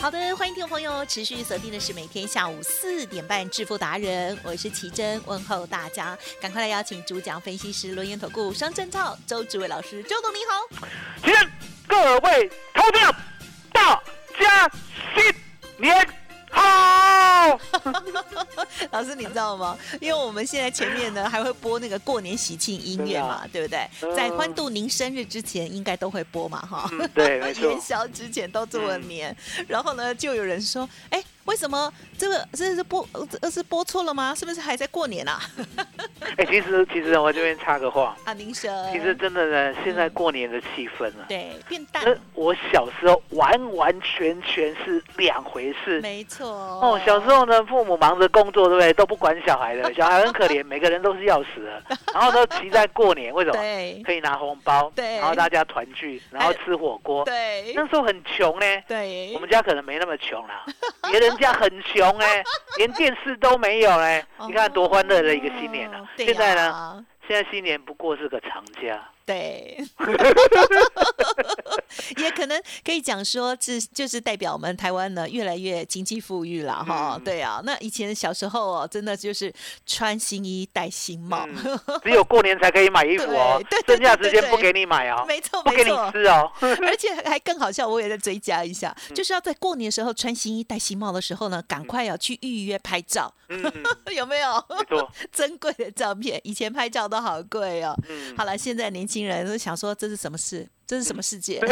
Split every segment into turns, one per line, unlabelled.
好的，欢迎听众朋友持续锁定的是每天下午四点半《致富达人》，我是奇珍，问候大家，赶快来邀请主讲分析师轮研投顾商证照周志伟老师，周董你好。
请各位投票，大家新年好！
老师，你知道吗？因为我们现在前面呢还会播那个过年喜庆音乐嘛，对不对？
嗯
在欢度您生日之前，应该都会播嘛，哈。
嗯， 对，没错
元，宵之前都这么年，然后呢，就有人说，哎，为什么这个这是播呃这是播错了吗？是不是还在过年啊？
哎、其实其实我这边插个话，
啊，您说，
其实真的呢，现在过年的气氛啊，
对变淡，
跟我小时候完完全全是两回事。
没错。
哦
哦，
小时候呢，父母忙着工作，对不对？都不管小孩的， 小孩很可怜，每个人都是要死的。然后呢，期待过年，为什 么？
对
可以拿红包，
对
然后大家团聚，然后吃火锅。
对
那时候很穷呢，
对
我，们家可能没那么穷啦， 别人家很穷哎、 连电视都没有哎、你看多欢乐的一个新年啊
哦！对
现在呢，
呀
现在新年不过是个长假，
对，也可能可以讲说，这就是代表我们台湾呢越来越经济富裕了哈。
嗯
对啊，那以前小时候哦，真的就是穿新衣戴新帽，
嗯 只有过年才可以买衣服哦
对，对对
剩下时间
对
不
对
给你买哦，
没错
不给
没
你
错。
吃嗯哦。
而且还更好笑，我也在追加一下，就是要在过年时候穿新衣戴新帽的时候呢，赶快要去预约拍照，
嗯，没
有没有？
错，
珍贵的照片，以前拍照都好贵哦。
嗯
好，了，现在年轻人都想说这是什么事？这是什么世 界？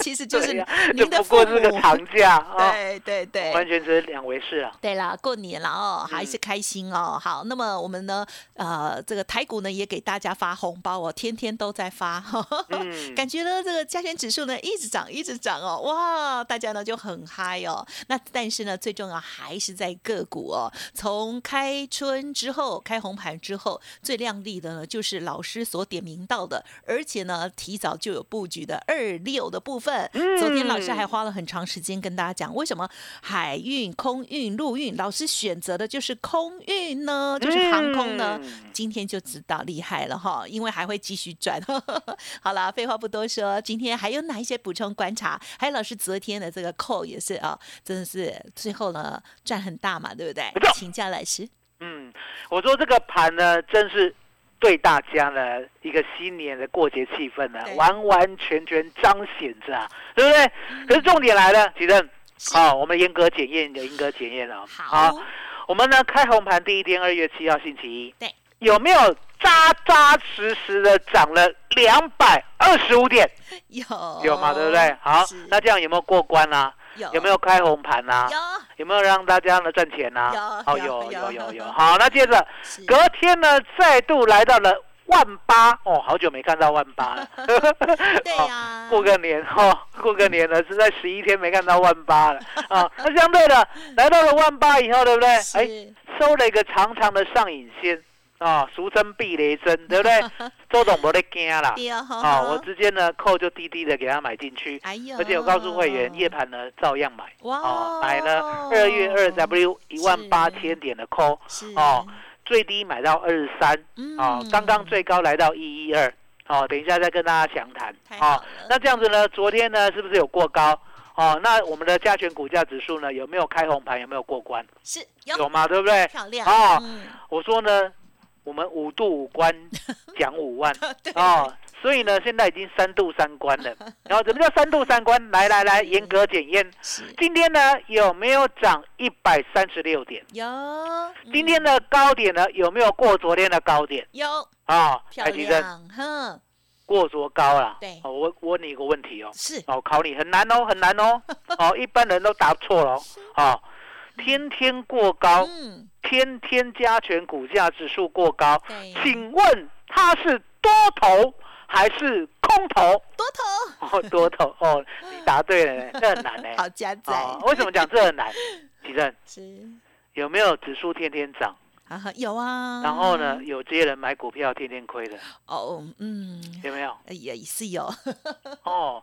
其实就是
对呀这
您的
不
父母。
过是个长假啊，
对对
完
对。
全是两回事啊。
对啦，过年了哦，还是开心哦。好，那么我们呢，呃，这个台股呢也给大家发红包哦，天天都在发，哦
嗯
感觉呢这个加权指数呢一直涨，一直涨哦，哇，大家呢就很嗨哦。那但是呢，最重要还是在个股哦。从开春之后，开红盘之后，最亮丽的呢就是老师所点名到的，而且呢提早就有布局的二六的部分。昨天老师
嗯
还花了很长时间跟大家讲，为什么海运、空运、陆运，老师选择的就是空运呢，就是航空呢。
嗯
今天就知道厉害了哈，因为还会继续转。 好啦，废话不多说，今天还有哪一些补充观察？还有老师昨天的这个扣也是啊、真的是最后呢赚很大嘛，对不对
没错？
请教老师。
嗯，我说这个盘呢，真是对大家呢一个新年的过节气氛呢
对，
完完全全彰显着、啊，对不对？可是重点来了，奇正，
嗯是
好、我们严格检验的，严格检验了。
好，
我们呢开红盘第一天，二月七号星期一，
对，
有没有扎扎实实的涨了两百二十五点？
有
有嘛，对不对？好
哦是，
那这样有没有过关啦、
有
有没有开红盘啦、
有
有没有让大家呢赚钱呐、
有
哦，
有有
有 有有有。好，那接着
是
隔天呢，再度来到了万八哦，好久没看到万八了，
对 呀，
过个年哦，过个年了，实在十一天没看到万八了啊。那相对的，来到了万八以后，对不对？哎，
是
收了一个长长的上影线啊，俗称避雷针，对不 对？周董不得惊啦
对哦，
啊，我直接呢扣就低低的给他买进去，
哎呦，
而且我告诉会员，夜盘呢照样买
哇
哦，买了二月二 W 一万八千点的 call，
是
哦，最低买到二十三
嗯
哦，刚刚最高来到一一二哦，等一下再跟大家详谈
太好
哦
了。
那这样子呢，昨天呢是不是有过高？哦，那我们的加权股价指数呢有没有开红盘？有没有过关？
是有
有吗？对不对？
漂亮
哦
嗯
我说呢，我们五度五 关讲五万
对
哦，所以呢现在已经三度三关 了。然后怎么叫三度三关？来来来，
是
严格检验。
是
今天呢有没有涨一百三十六点？
有
今
嗯
天的高点呢有没有过昨天的高点
有
啊？
漂
台积电
亮，哼，
过昨高了。
对
哦，我我问你一个问题哦，
是
哦，考你很难哦，很难 哦，哦，一般人都答错了哦哦，天天过高，
嗯，
天天加权股价指数过高，
对，
请问它是多头还是空头？
多头
哦，多头哦，你答对了呢，这很难呢。
好加载
哦，为什么讲这很难？奇正
是
有没有指数天天涨？
啊哈有啊，
然后呢，有这些人买股票天天亏的，
哦嗯
有没有？
呃也是有
哦，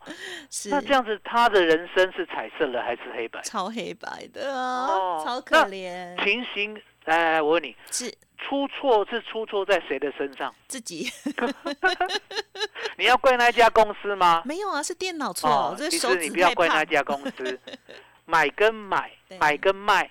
是
那这样子，他的人生是彩色的还是黑白？
超黑白的啊
哦
超可
那
怜，
情形，来来来，我问你，
是
出错是出错在谁的身上？
自己
你要怪那家公司吗？
没有啊，是电脑
哦
错，，这
其
手
实
指
你不要
太
怪那
胖，
家公 司，买跟买
对，
买跟卖，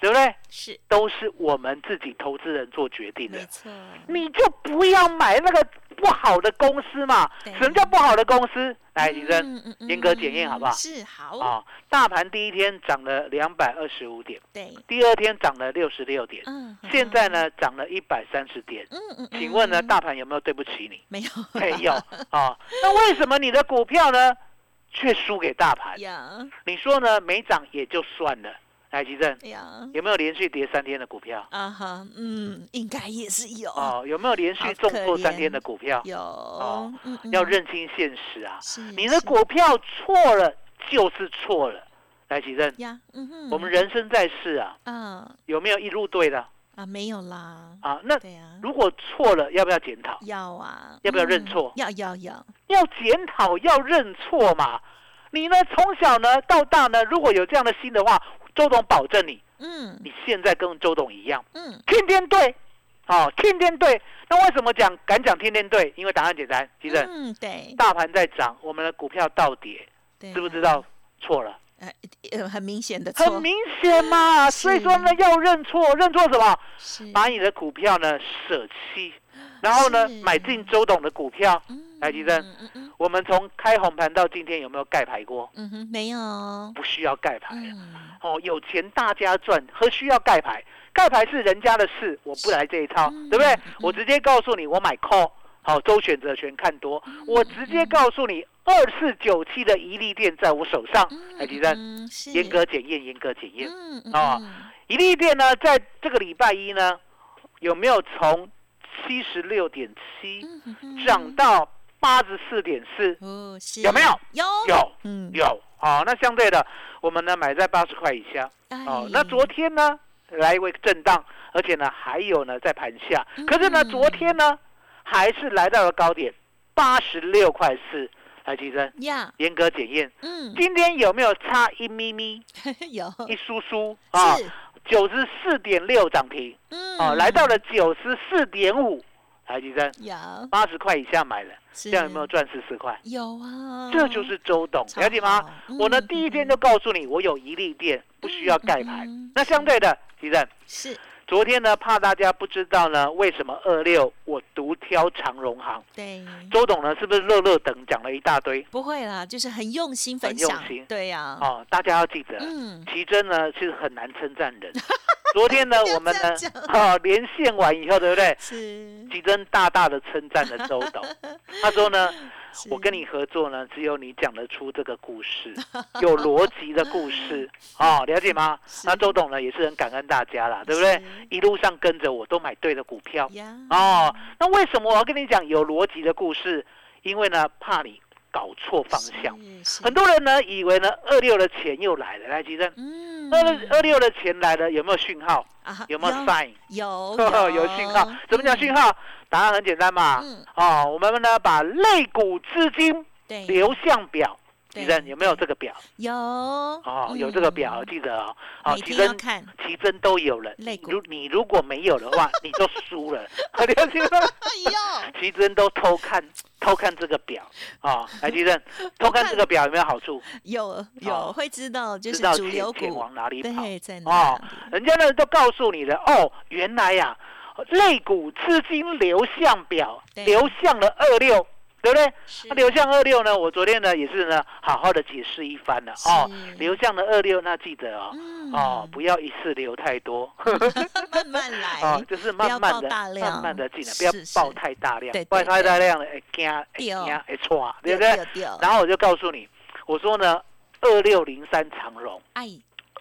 对不对？
是
都是我们自己投资人做决定
没
的。
错，
你就不要买那个不好的公司嘛。
对
什么叫不好的公司？来，李生。
嗯嗯
严格检验好不好
是好，
哦，大盘第一天涨了两百二十五点，
对，
第二天涨了六十六点，
嗯，好
现在呢涨了一百三十点。
嗯嗯，嗯
请问呢，
嗯
大盘有没有对不起你？
没有
没有哦。那为什么你的股票呢却输给大盘？
呀
你说呢？没涨也就算了。来，吉正，
呀
有没有连续跌三天的股票？
啊哈，嗯，应该也是有
哦，有没有连续
好
重
可
挫三
怜
天的股票？
有，
哦
嗯嗯
要认清现实啊！
是
你的
是
股票错了就是错了。来，吉正，
呀，嗯哼，
我们人生在世啊，
啊
有没有一路对的
啊没有啦，
啊？那
对呀，
如果错了，要不要检讨？
要啊，
要不要认
嗯
错
要要要，
要检讨，要认错嘛。你呢，从小呢到大呢，如果有这样的心的话，周董保证你，
嗯
你现在跟周董一样，
嗯，
天天对，哦，天天对。那为什么讲敢讲天天对？因为答案简单，其实
嗯对，
大盘在涨，我们的股票倒跌，
对
知不
啊
知？道错了？
呃呃，很明显的错
很，明显嘛。
是
所以说呢，要认错，认错什么？
是
把你的股票呢舍弃，然后呢
是
买进周董的股票。
嗯
来吉珍
嗯嗯嗯
我们从开红盘到今天有没有盖牌过？
嗯哼，没有，
不需要盖牌。
嗯
哦，有钱大家赚，何需要盖牌？盖牌是人家的事，我不来这一套，
嗯
对不对
嗯？
我直接告诉你，我买 call，好、周选择权看多，
嗯
我直接告诉你，二四九七的一利店在我手上，
嗯，
来，吉珍，
嗯是
哎严格检验，严格检验。
嗯嗯
哦
嗯
一利店呢，在这个礼拜一呢，有没有从七十六点七
嗯哼哼
涨到八十四点四？
哦是
有没有？
有
有，
嗯
有。好、那相对的，我们呢买在八十块以下。
哎
哦，那昨
天
天呢来一位震荡，而且呢还有呢在盘下，可是呢
嗯
昨天呢还是来到了高点八十六块四，来提升。
呀
严格检验，
嗯
今天有没有差一咪咪、
有
一叔叔啊？
是
九十四点六涨停
嗯
哦，来到了九十四点五，来提升
有
八十块以下买了，
这
这样有没有赚十四块？
有啊，
这就是周董，
超
了解吗？
好
我呢
嗯
第一天
嗯
就告诉你，我有一粒店，不需要盖牌
嗯嗯嗯。
那相对的，提升。
是
昨天呢，怕大家不知道呢，为什么二六我独挑长荣行？
对。
周董呢，是不是乐乐等讲了一大堆？
不会啦，就是很用心分
很用
享
心，
对呀，
哦，大家要记得，
嗯，
奇珍呢，其实很难称赞人。昨天呢，
不要
我们呢
这样，
啊，连线完以后，对不 对？
是，
吉珍大大的称赞了周 董，他说呢，
是
我跟你合作呢，只有你讲得出这个 故事，有逻辑的故事，哦，了解吗？
是
那周董呢，也是很感恩大家啦，对不对
是？
一路上跟着我都买对了股票，
呀，
哦，那为什么我要跟你讲有逻辑的故事？因为呢，怕你搞错方向。
是，是
很多人呢，以为呢，二六的钱又来了，来，吉珍，
嗯，
二二六的钱来了，有没有讯号？
啊
呃有没有 sign？
有
有讯号？怎么讲讯？号？答案很简单嘛。
嗯，
哦，我们呢把类股资金
对，
流向表，
对
奇珍有没有这个表？
有
哦
哦，
有这个表，记得哦。哦，
每
奇
天要
珍
看，
奇珍都有了。
类股
如你如果没有 的话，你就输了。 了解吗？
哎 呦，
奇珍都偷看偷看这个表哦，来 奇珍偷看这个表有没有好处？
有有
哦
会知道，就是
知道
主流
钱钱
股
往哪里跑？
对在哪
哦
里？，
人家呢都告诉你了哦，原来呀、类股资金流向表
对
流向了二六，对不对？
是
那流向二六呢？我昨天呢也是呢好好的解释一番了哦
是。
流向了二六，那记得哦、
嗯
哦，不要一次流太多
慢慢来
哦，就是慢慢
不要爆
的、
大量
慢慢的进来，
是
不要
是
爆太大量
对，
爆
对
太
对
大量了，会惊会
对哦哦
惊会错，对
丢
不对？
丢丢
然后我就告诉你，我说呢，二六零三长荣。
哎，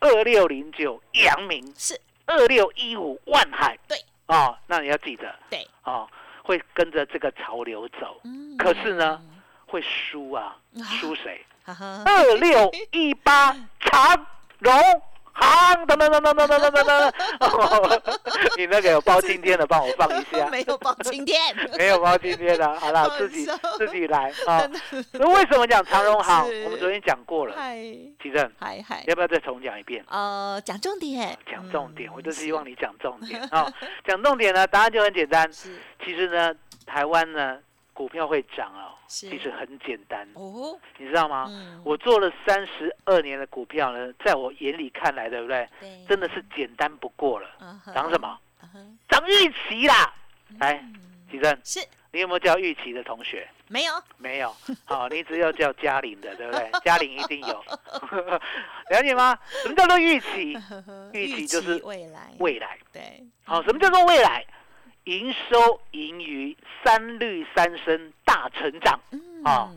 二六零九阳明
是
二六一五万海，
对
哦，那你要记得
对，
哦，会跟着这个潮流走，
嗯
可是呢，会输啊，输谁？
哈哈，
二六一八长荣行，等等等等等等等等等，哦
，
你那个有包今天的，帮我放一下
没有报今 天，
没有包今天的，好
好
啦，
很
自己
熟
自己来啊
真。的
那为什么讲长荣行
是？
我们昨天讲过了，
嗨
奇正，
嗨嗨，
要不要再重讲一遍？
呃，讲重点，
讲重点，
嗯
我就希望你讲重点啊、哦讲重点呢，答案就很简单。
是是
其实呢，台湾呢股票会涨哦，
是
其实很简单，
哦，
你知道吗？
嗯，
我做了三十二年的股票呢，在我眼里看来，对不对？
对
真的是简单不过了。涨什？么？
啊哈啊
涨预期啦！
哈
来，
嗯嗯
吉正，
是
你有没有叫预期的同学？
没有
没有，好、你只有叫嘉玲的，对不对？嘉玲一定有， 了解吗？什么叫做预期？预期就是
未来，
未来。
对，
好、什么叫做未来？营收、盈余三率三升大成长，
嗯
哦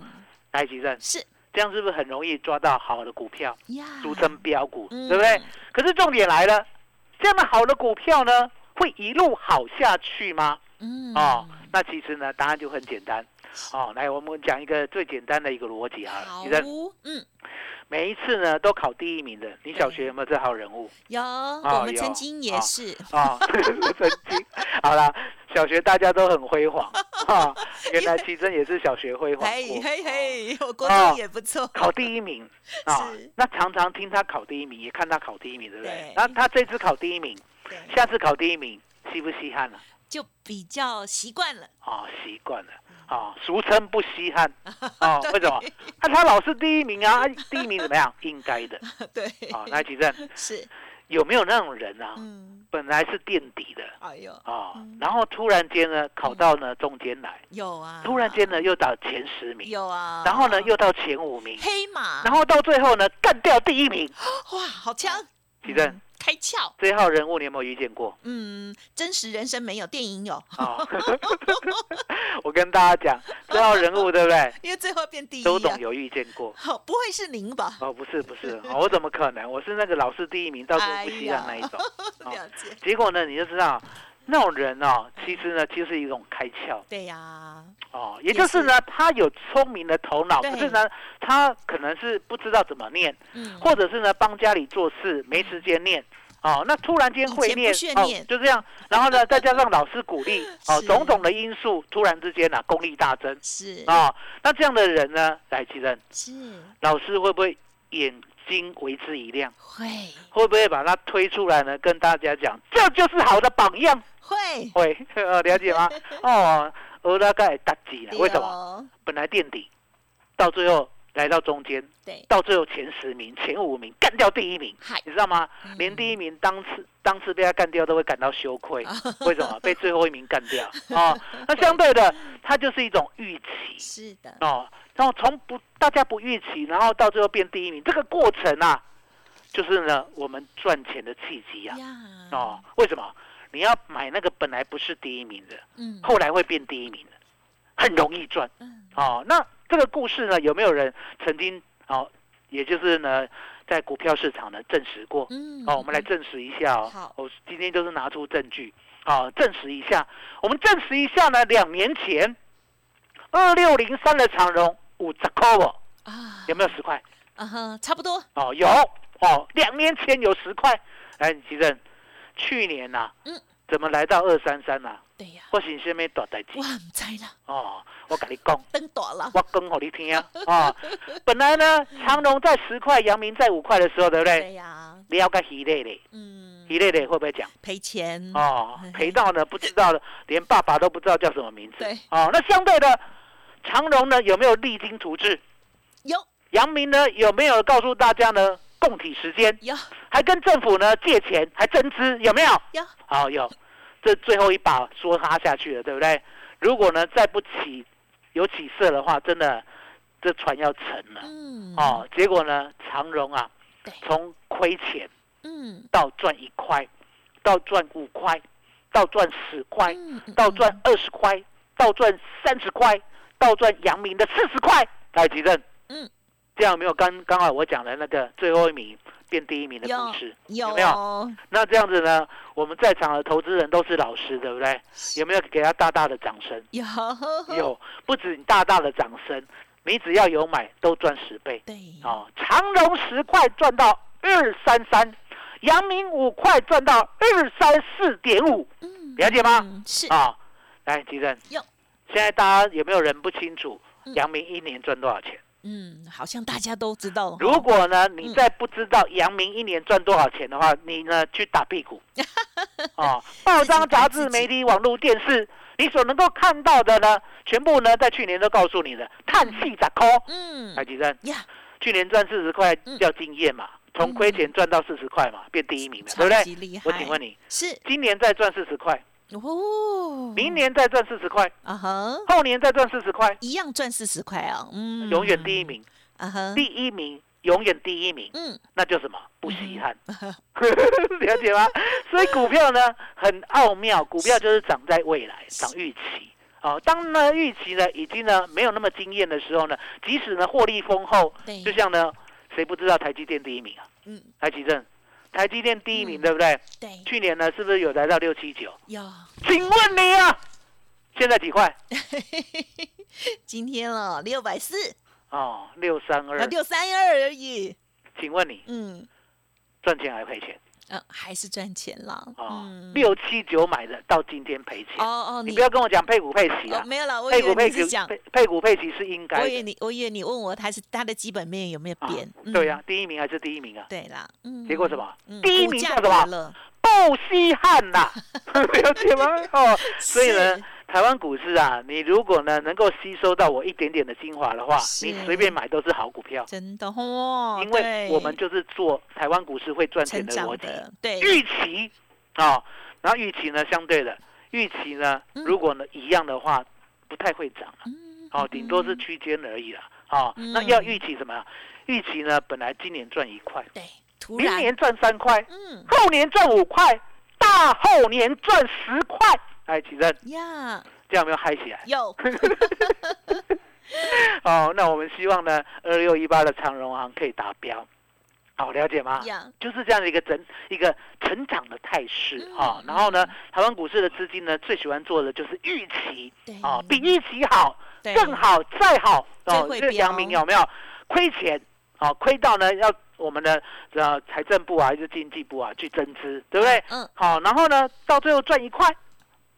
来吉正，
是
这样是不是很容易抓到好的股票，
呀，
俗称标股，
嗯
对不对？可是重点来了，这样的好的股票呢，会一路好下去吗？
嗯
哦，那其实呢，答案就很简单。哦，来，我们讲一个最简单的一个逻辑好了。
好
吉正，，
嗯，
每一次呢都考第一名的，你小学有没有这号 人物？
有，我们曾经也是，
啊， 神经。好啦，小学大家都很辉煌 啊，原来奇珍也是小学辉煌
嘿
过。
嘿嘿，我国
哦
中也不错，
考第一名啊
是，
那常常听他考第一名，也看他考第一名，对不
对
对？那他这次考第一名，
对，
下次考第一名，稀不稀罕呢？
就比较习惯了，
啊，习惯了啊，俗称不稀罕啊
对？
为什么？啊，他老是第一名啊，啊第一名怎么样？ 应该的
对，
啊。那奇珍
是，
有没有那种人啊？
嗯，
本来是垫底的
哎呦，
啊
嗯，
然后突然间呢，考到呢中间来。
有啊，
突然间呢又到前十名，
有啊，
然后呢又到前五名，
黑马，
然后到最后呢干掉第一名。
哇，好强，
奇正
嗯，开窍，
这号人物你有没有遇见过？
嗯，真实人生没有，电影有，
啊、我跟大家讲，这号人物对不对？
因为最后变第一
周董
啊，
有遇见 过。
好，不会是您吧？
哦，不是不是、哦我怎么可能？我是那个老是第一名，到时候不稀罕那一
哎
种。哦
了解，
结果呢，你就知道那种人哦，其实呢就是一种开窍
对呀，
哦，也就是呢他有聪明的头脑，
对
可是呢他可能是不知道怎么念，
嗯，
或者是呢帮家里做事没时间念。哦，那突然间会念
以前不屑
哦
念，
就这样，然 后呢，再加上老师鼓励，哦，
是
种种的因素，突然之间啊，功力大增
是
啊、哦。那这样的人呢，来，奇人
是
老师会不会眼睛为之一亮？
会
会不会把他推出来呢？跟大家讲，这就是好的榜样，
会，
会、呃、了 解吗？哦，俄拉盖达吉
哦
了，为什么？
么？
本来垫底，到最后来到中间，
对，
到最后前十名、前五名干掉第一名，
嗨，
你知道吗？
嗯
连第一名当次当次被他干掉都会感到羞愧，
哦
为什么？被最后一名干 掉哦。那相对的，它就是一种预期
是的，
哦，然后从不大家不预期，然后到最后变第一名，这个过程啊，就是呢我们赚钱的契机呀、
呀，
哦，，为什么？你要买那个本来不是第一名的，
嗯，
后来会变第一名的，很容易赚。
嗯，
哦，那这个故事呢，有没有人曾经哦，也就是呢，在股票市场呢证实过？
嗯，
哦，我们来证实一下哦
好。
我今天就是拿出证据，哦，证实一下。我们证实一下呢，两年前二六零三的长荣五十块哦，
啊，
有没有十块？
啊哈，差不多，
哦，有哦，两年前有十块。哎，吉正，去年呐、
嗯
怎么来到二三三呐？
对呀，
我是什么大代志
哇，？唔知啦，
哦，我跟你讲。
灯短了，
我讲给你听啊！ 啊，本来呢，长荣在十块，阳明在五块的时候，对不对？
对呀，
你要个鱼类嘞，
嗯，
鱼类嘞会不会讲？
赔钱，
哦
嗯，
赔到呢不 知道了，连爸爸都不知道叫什么名字。
对
哦，那相对的，长荣呢有没有励精图治？
有
阳明呢有没有告诉大家呢供体时间？
有
还跟政府呢借钱，还增资，有没有？
有，
好、有，这最后一把说哈下去了，对不对？如果呢再不起有起色的话，真的这船要沉了。
嗯，，
哦，结果呢，长荣啊
对，
从亏钱
嗯，
到赚一块，到赚五块，到赚十块，
嗯嗯
到赚
嗯
二十块，到赚三十块，到赚阳明的四十块，来吉正，
嗯，
这样有没有刚刚好我讲的那个最后一名变第一名的
有
故事？
有
没有？那这样子呢，我们在场的投资人都是老师，对不对？有没有给他大大的掌声？
有哦
有，不止你大大的掌声，你只要有买都赚十倍。
对，
哦，长荣十块赚到二三三，阳明五块赚到二三四点五，
嗯，
了解吗？
嗯是
啊、来，吉正，
有
现在大家有没有人不清楚
嗯
阳明一年赚多少钱？
嗯，好像大家都知道了。
如果呢，你
嗯
再不知道阳明一年赚多少钱的话，你呢去打 屁股。哦，报章、杂志、媒体、网络、电视，你所能够看到的呢，全部呢在去年都告诉你了，叹气咋抠？
嗯
来，吉正。
呀，
去年赚四十块
嗯
叫经验嘛，从亏钱赚到四十块嘛，变第一名了，对不
超级嗯
对？
厉害。
我请问你，
是
今年再赚四十块，
哦，
明年再赚四十块，
啊哈，
后年再赚四十块，
一样赚四十块啊，嗯，
永远第一名，
啊哈，
第一名永远第一名，
嗯，
那就什么不稀罕， 了解吗？所以股票呢很奥妙，股票就是涨在未来，涨预期。哦，当呢预期呢已经呢没有那么惊艳的时候呢，即使呢获利丰厚，
对，
就像呢谁不知道台积电第一名啊？
哎嗯，
台积电，台积电第一名，
嗯
对不对？
对，
去年呢，是不是有来到六七九？
有
请问你啊，现在几块？
今天了六百四，
哦，六三二
啊。六三二而已，
请问你
嗯
赚钱还赔钱
嗯，还是赚钱了，
啊
嗯，？
六七九买的，到今天赔钱。
哦哦，
你不要跟我讲配股配息
哦
啊，
没有了，我
配
以
股
为
配
你是
息
讲，
配配股配息是应该
我以为
的。
你，我以为你问我它是它的基本面有没有
啊
变，嗯
对呀，，第一名还是第一名啊，
对啦，嗯，
结果什么
嗯？
第一
股
名
价
叫什么
跌了
不稀 罕呐， 了解吗？哦，所以呢
是，
台湾股市啊，你如果呢能够吸收到我一点点的精华的话，
是
你随便买都是好股票。
真的哦，
因为我们
对
就是做台湾股市会赚钱
成
的
长
逻辑，
的，对，
预期啊、哦，然后预期呢，相对的预期呢，
嗯
如果呢一样的话，不太会涨了，
嗯
哦，顶多是区间而已啦，哦，
嗯
那要预期什么呀？预期呢，本来今年赚一块，
对，突
明
然，
年赚三块，
嗯
后年赚五块，大后年赚十块，哎，奇正，
嗯呀，
这样有没有嗨起来？
有，
哦，那我们希望呢，二六一八的长荣行可以达标，好、了解吗？
呀，
就是这样的一个整一个成长的态势
嗯
哈、然后呢，台湾股市的资金呢，最喜欢做的就是预期
对，
啊，比预期好，
对
更，好，再好
最
哦。
会
这个
标
阳明有没有亏钱？哦，亏到呢要我们的呃财政部啊，还是经济部啊去增资，对不对？
嗯，
好、然后呢，到最后赚一块，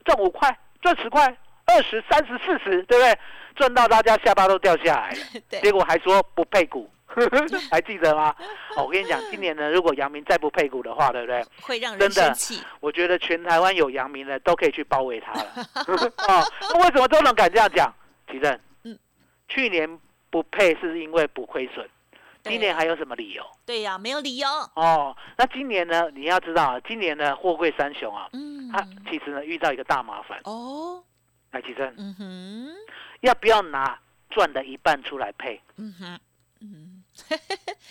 赚五块，赚十块，二十、三十、四十，对不对？赚到大家下巴都掉下来了。
对，
结果还说不配 股，还记得吗？哦，我跟你讲，今年呢，如果阳明再不配股的话，对不对？
会让人
真
生
的
气，
我觉得全台湾有阳明的都可以去包围 他了。哦，那为什么周总敢这样讲？奇正，
嗯
去年不配是因为不亏损，
对
今年还有什么理由？
对呀，没有理由，
哦，那今年呢？你要知道啊，今年呢，货柜三雄啊，
嗯，
他其实呢遇到一个大麻烦。
哦，
来，奇正，
嗯哼，
要不要拿赚的一半出来配？
嗯哼，嗯，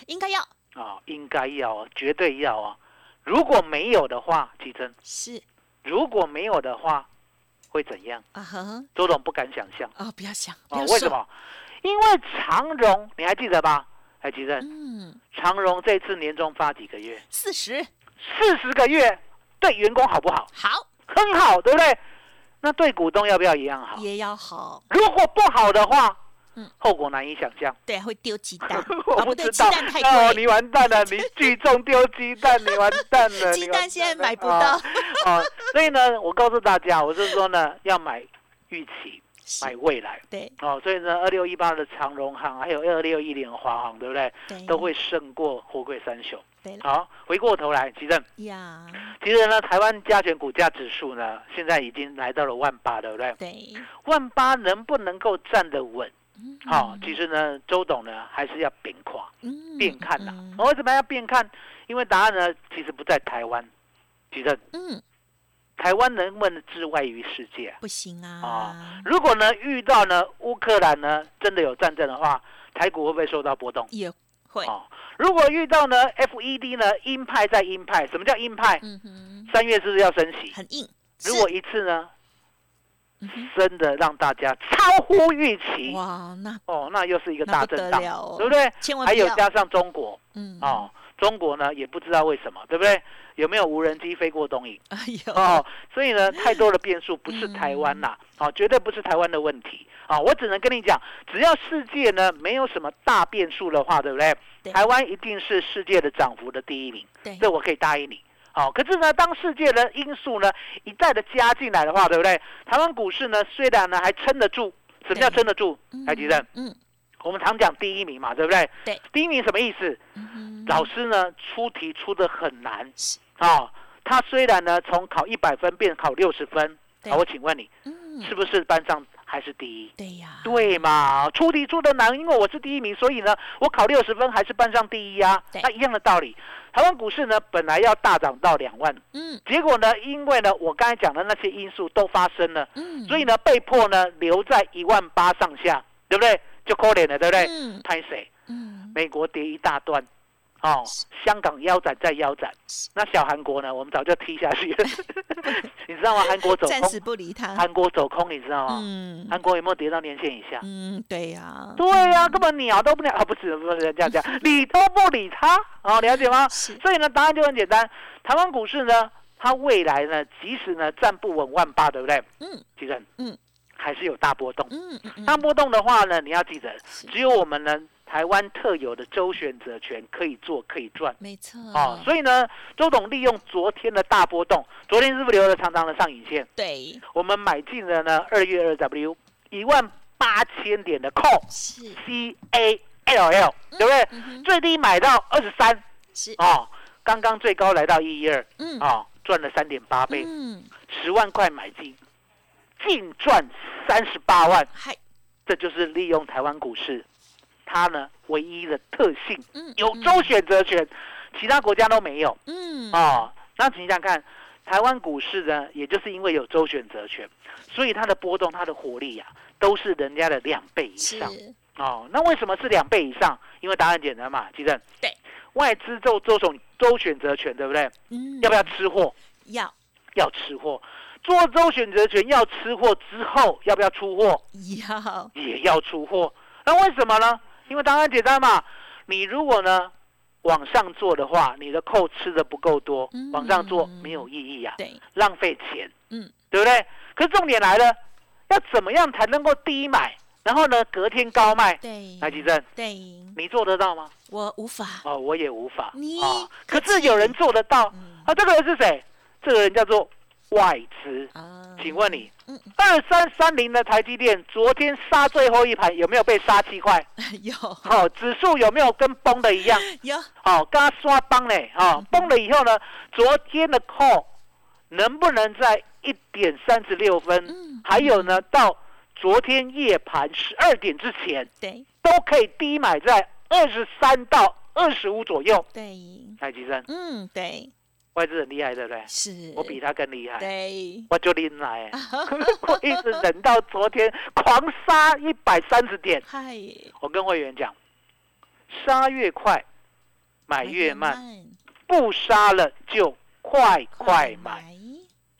应该要，
啊、应该要啊，绝对要啊。如果没有的话，奇珍，
是
如果没有的话，会怎样？
啊哈
周董不敢想象
啊，不要想，不
啊、
要
为什
说？
么？因为长荣，你还记得吧？哎，奇珍，
嗯，
长荣这次年终发几个月？
四十
四十个月，对员工好不好？
好
很好，对不对？那对股东要不要一样好？
也要好，
如果不好的话，
嗯
后果难以想象。
对，会丢鸡蛋
我
啊，
不
不对，
知
鸡
道
蛋，太
哦，
贵，
你完 蛋了，你聚众丢鸡蛋，你完蛋了。
鸡
你完
蛋现在
蛋了
买不到
哦，哦，所以呢，我告诉大家，我是说呢，要买预期，
是
买未来。
对
哦，所以呢，二六一八的长荣行，还有二六一零华航，对不对？
对，
都会胜过货柜三雄
对。了
好，回过头来，吉正，
呀，
其实呢，台湾加权股价指数呢，现在已经来到了万八，对不对？
对，
万八能不能够站得稳？
嗯
好、其实呢，周董呢还是要变跨
嗯
变看啊呐、
嗯
我、为什么要变看？因为答案呢，其实不在台湾，其实
嗯，
台湾能不能置外于世界啊、
不行啊
哦，如果呢遇到呢乌克兰呢真的有战争的话，台股会不会受到波动？
也会，
哦，如果遇到呢 FED 呢鹰派在鹰派，什么叫鹰派？
嗯哼，
三月是不是要升息？
很硬，是
如果一次呢
嗯哼，
真的让大家超乎预期，
哇，那
哦，那又是一个
那
大
不
震
得
荡，
了哦，
对不对？
千万
还
不
有
要
加上中国
嗯
哦，中国呢也不知道为什么，对不对？有没有无人机飞过东引？
哎呦，
哦，所以呢，太多的变数，不是台湾啦，哦，绝对不是台湾的问题啊、我只能跟你讲，只要世界呢没有什么大变数的话，对不对？
对
台湾一定是世界的涨幅的第一名，
对
这我可以答应你。好、可是呢，当世界的因素呢一再的加进来的话，对不对？台湾股市呢虽然呢还撑得住，什么叫
对
撑得住？台积电，
嗯
我们常讲第一名嘛，对不对？
对，
第一名什么意思？
嗯哼，
老师呢出题出的很难
是
啊、他虽然呢从考一百分变考六十分，
对
啊，我请问你
嗯，啊
是不是班上还是第一？
对呀，
对嘛，出题出的难，因为我是第一名，所以呢，我考六十分还是班上第一啊
对。
那一样的道理，台湾股市呢本来要大涨到两万，
嗯
结果呢，因为呢我刚才讲的那些因素都发生了，
嗯，
所以呢被迫呢留在一万八上下，对不对？就可怜了，对不对？
嗯
拍谁？
嗯
美国跌一大段，哦
是，
香港腰斩再腰斩
是，
那小韩国呢，我们早就踢下 去了，你知道吗？韩国走
暂时
空，
不理他，
韩国走空，你知道吗？
嗯
韩国有没有跌到年线以下？
嗯，对呀，
啊对呀、根本鸟都不鸟啊，不是不是这样讲，理都不理他，哦，了解吗？
是
所以呢，答案就很简单，台湾股市呢，它未来呢，即使呢站不稳万八，对不对？
嗯
其实，
嗯，
还是有大波动。
嗯嗯嗯
大波动的话呢，你要记得，
是
只有我们呢台湾特有的周选择权可以做可以赚
没错
哦。所以呢，周董利用昨天的大波动，昨天是不是留了长长的上影线？
对
我们买进了呢二月二 W 一万八千点的 call
是
C A L L，对不对？
嗯哼
最低买到二十三
是
哦，刚刚最高来到一一二
嗯
哦，赚了三点八倍，
嗯
十万块买进，净赚三十八万。
还
这就是利用台湾股市，它呢唯一的特性，
嗯
有周选择权，其他国家都没有
嗯嗯
哦。那请想想看，台湾股市呢，也就是因为有周选择权，所以它的波动、它的活力呀、都是人家的两倍以
是
上哦。那为什么是两倍以上？因为答案简单嘛，其正。
对，
外资周周总周选择权，对不对？
嗯
要不要吃货？
要
要吃货。做周选择权要吃货之后，要不要出货？
要
也要出货。那为什么呢？因为答案简单嘛，你如果呢往上做的话，你的扣吃的不够多
嗯，
往上做没有意义啊，
对
浪费钱，
嗯，
对不对？可是重点来了，要怎么样才能够低买，然后呢隔天高卖？
对
来，吉正，
对，
你做得到吗？
我无法
哦，我也无法。
你
哦，
客
可
气
是有人做得到
嗯
啊，这个人是谁？这个人叫做外资。
啊，
请问你
嗯，
二三三零的台积电昨天杀最后一盘，有没有被杀七 块？
有
好、指数有没有跟崩的一 样？
有
好、哦，刚刚刷崩嘞，
嗯
哦，崩了以后呢，昨天的 call 能不能在一点三十六分，
嗯
还有呢，到昨天夜盘十二点之前，
对
都可以低买在二十三到二十五左右。
对
台积生，
嗯对
外资很厉害，对不对？
是，
我比他更厉害。
对
我就拎 来，我一直忍到昨天狂杀一百三十点。
嗨
我跟会员讲，杀越快，买越慢，，不杀了就快快买。，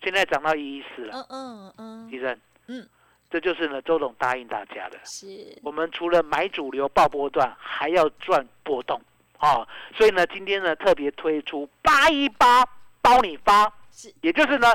现在涨到一一四了，
嗯嗯嗯，
医生，
嗯，
这就是呢周董答应大家的，
是，
我们除了买主流爆波段，还要赚波动哦。所以呢，今天呢特别推出八一八包你发
是，
也就是呢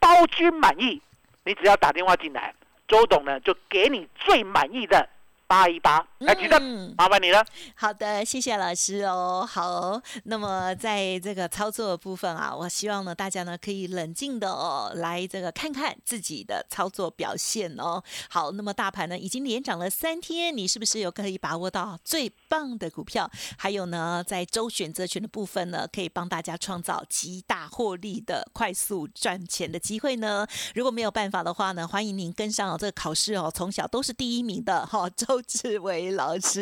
包君满意，你只要打电话进来，周董呢就给你最满意的八一八。来，举证，
嗯
麻烦你了。
好的，谢谢老师哦。好，那么在这个操作的部分啊，我希望呢大家呢可以冷静的哦，来这个看看自己的操作表现哦。好，那么大盘呢已经连涨了三天，你是不是有可以把握到最棒的股票？还有呢，在周选择权的部分呢，可以帮大家创造极大获利的快速赚钱的机会呢。如果没有办法的话呢，欢迎您跟上哦这个考试哦，从小都是第一名的哈、周志伟老师。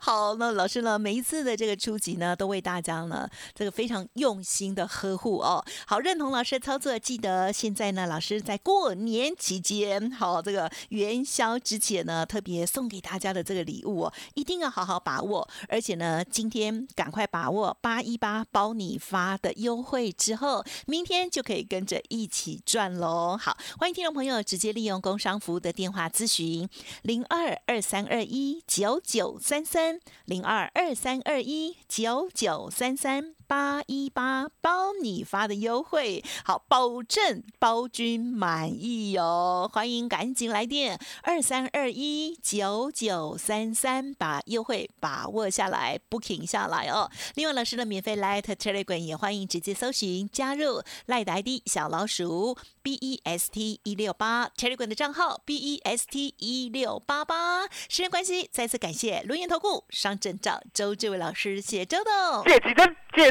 好，那老师呢，每一次的这个初级呢，都为大家呢这个非常用心的呵护哦。好，认同老师的操作，记得现在呢，老师在过年期间，好这个元宵之前呢，特别送给大家的这个礼物哦，一定要好好把握。而且呢，今天赶快把握八一八包你发的优惠之后，明天就可以跟着一起赚喽。好，欢迎听众朋友直接利用工商服务的电话咨询零二二三二一九九三三零二二三二一九九三三八一八包你发的优惠，好，保证包君满意哦！欢迎赶紧来电二三二一九九三三，把优惠把握下来，booking 下来哦。另外，老师的免费 Light Telegram 也欢迎直接搜寻加入赖的 ID 小老鼠 B E S T 一六八 Telegram 的账号 B E S T 一六八八。时间关系，再次感谢轮研投顾商证照周志伟老师，谢谢周哦董。
谢谢吉珍，谢谢